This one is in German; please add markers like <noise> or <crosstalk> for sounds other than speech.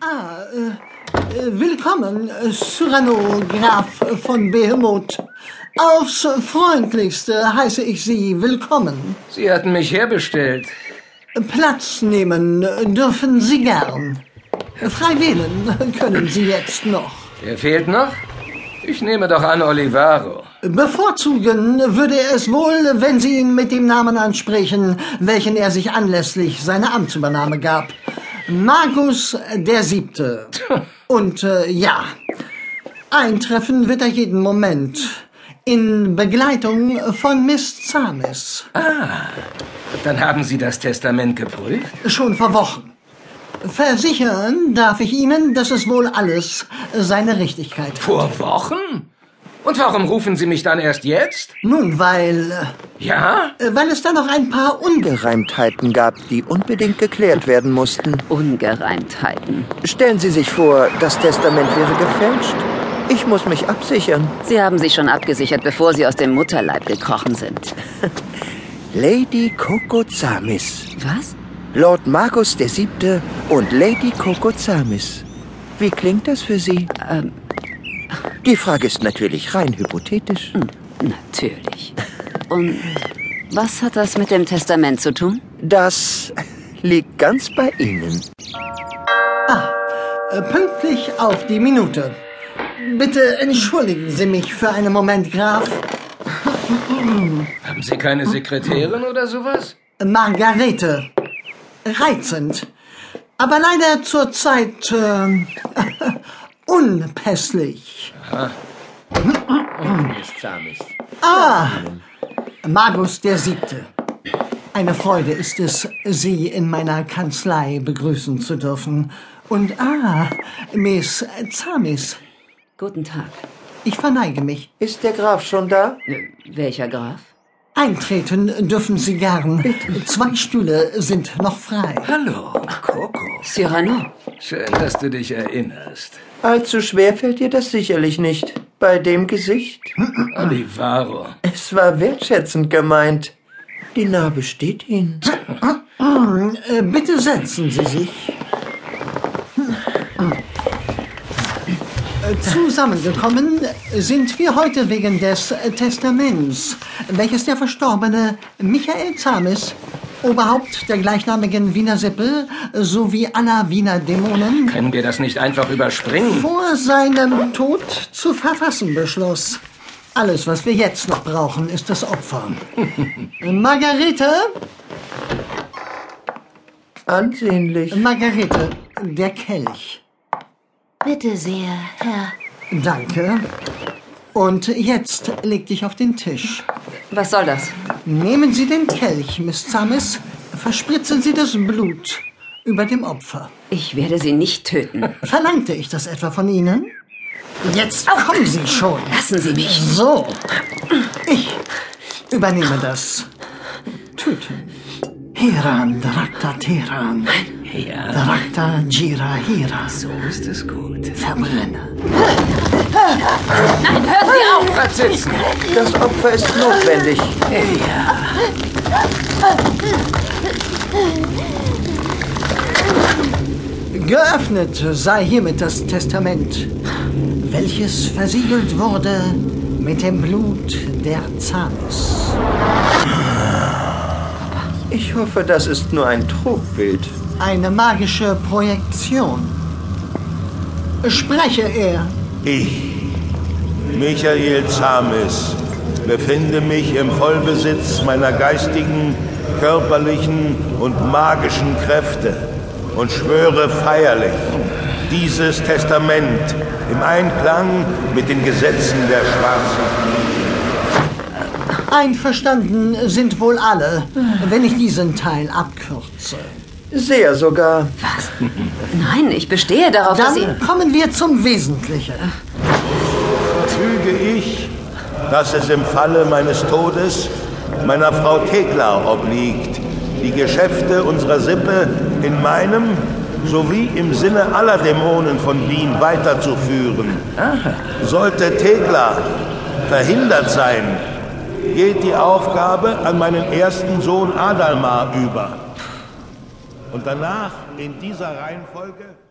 Ah, äh, äh, willkommen, äh, Cyrano Graf von Behemoth. Aufs freundlichste heiße ich Sie willkommen. Sie hatten mich herbestellt. Platz nehmen dürfen Sie gern. Frei wählen können Sie jetzt noch. Wer fehlt noch? Ich nehme doch an Olivaro. Bevorzugen würde er es wohl, wenn Sie ihn mit dem Namen ansprechen, welchen er sich anlässlich seiner Amtsübernahme gab. Markus der Siebte. Und äh, ja, eintreffen wird er jeden Moment. In Begleitung von Miss Zames. Dann haben Sie das Testament geprüft? Schon vor Wochen. Versichern darf ich Ihnen, dass es wohl alles seine Richtigkeit hat. Vor Wochen? Und warum rufen Sie mich dann erst jetzt? Nun, weil... Ja? äh, Weil es da noch ein paar Unge... Gereimtheiten gab, die unbedingt geklärt werden mussten. Ungereimtheiten. Stellen Sie sich vor, das Testament wäre gefälscht. Ich muss mich absichern. Sie haben sich schon abgesichert, bevor Sie aus dem Mutterleib gekrochen sind. Lady Kokozamis. Was? Lord Markus der Siebte und Lady Kokozamis. Wie klingt das für Sie? Die Frage ist natürlich rein hypothetisch. Natürlich. Und was hat das mit dem Testament zu tun? Das <laughs> liegt ganz bei Ihnen. Äh, Pünktlich auf die Minute. Bitte entschuldigen Sie mich für einen Moment, Graf. Haben Sie keine Sekretärin oder sowas? Margarete. Reizend. Aber leider zurzeit äh, <laughs> unpässlich. Ah. Miss Zamis. Magus der Siebte. Eine Freude ist es, Sie in meiner Kanzlei begrüßen zu dürfen. Und ah, Miss Zamis, Guten Tag. ich verneige mich. Ist der Graf schon da? Welcher Graf? Eintreten dürfen Sie gern. Zwei Stühle sind noch frei. Hallo, Coco. Cyrano. Schön, dass du dich erinnerst. Allzu schwer fällt dir das sicherlich nicht. Bei dem Gesicht. Olivaro. Es war wertschätzend gemeint. Die Narbe steht Ihnen. Äh, Bitte setzen Sie sich. Hm. Äh, Zusammengekommen sind wir heute wegen des Testaments, welches der verstorbene Michael Zames, Oberhaupt der gleichnamigen Wiener Sippel sowie aller Wiener Dämonen, Können wir das nicht einfach überspringen? vor seinem Tod zu verfassen beschloss. Alles, was wir jetzt noch brauchen, ist das Opfer. Margarete, Ansehnlich. Margarete, der Kelch. Bitte sehr, Herr. Danke. Und jetzt leg dich auf den Tisch. Was soll das? Nehmen Sie den Kelch, Miss Zamis. Verspritzen Sie das Blut über dem Opfer. Ich werde Sie nicht töten. Verlangte ich das etwa von Ihnen? Jetzt kommen Sie schon. Lassen Sie mich. So, ich übernehme das. Töten. Heran, Drakta Teran, Ja, Drakta Jira Hira. so ist es gut. Verbrenne. Bleib sitzen. Das Opfer ist notwendig. Geöffnet sei hiermit das Testament, welches versiegelt wurde mit dem Blut der Zames. Ich hoffe, das ist nur ein Trugbild. Eine magische Projektion. Spreche er. Ich, Michael Zames, befinde mich im Vollbesitz meiner geistigen, körperlichen und magischen Kräfte und schwöre feierlich, dieses Testament im Einklang mit den Gesetzen der Schwarzen. Einverstanden sind wohl alle, wenn ich diesen Teil abkürze. Sehr sogar. Nein, ich bestehe darauf, dass Sie... Dann kommen wir zum Wesentlichen. Füge ich, dass es im Falle meines Todes meiner Frau Thekla obliegt, die Geschäfte unserer Sippe in meinem sowie im Sinne aller Dämonen von Wien weiterzuführen. Sollte Thekla verhindert sein, geht die Aufgabe an meinen ersten Sohn Adalmar über. Und danach in dieser Reihenfolge.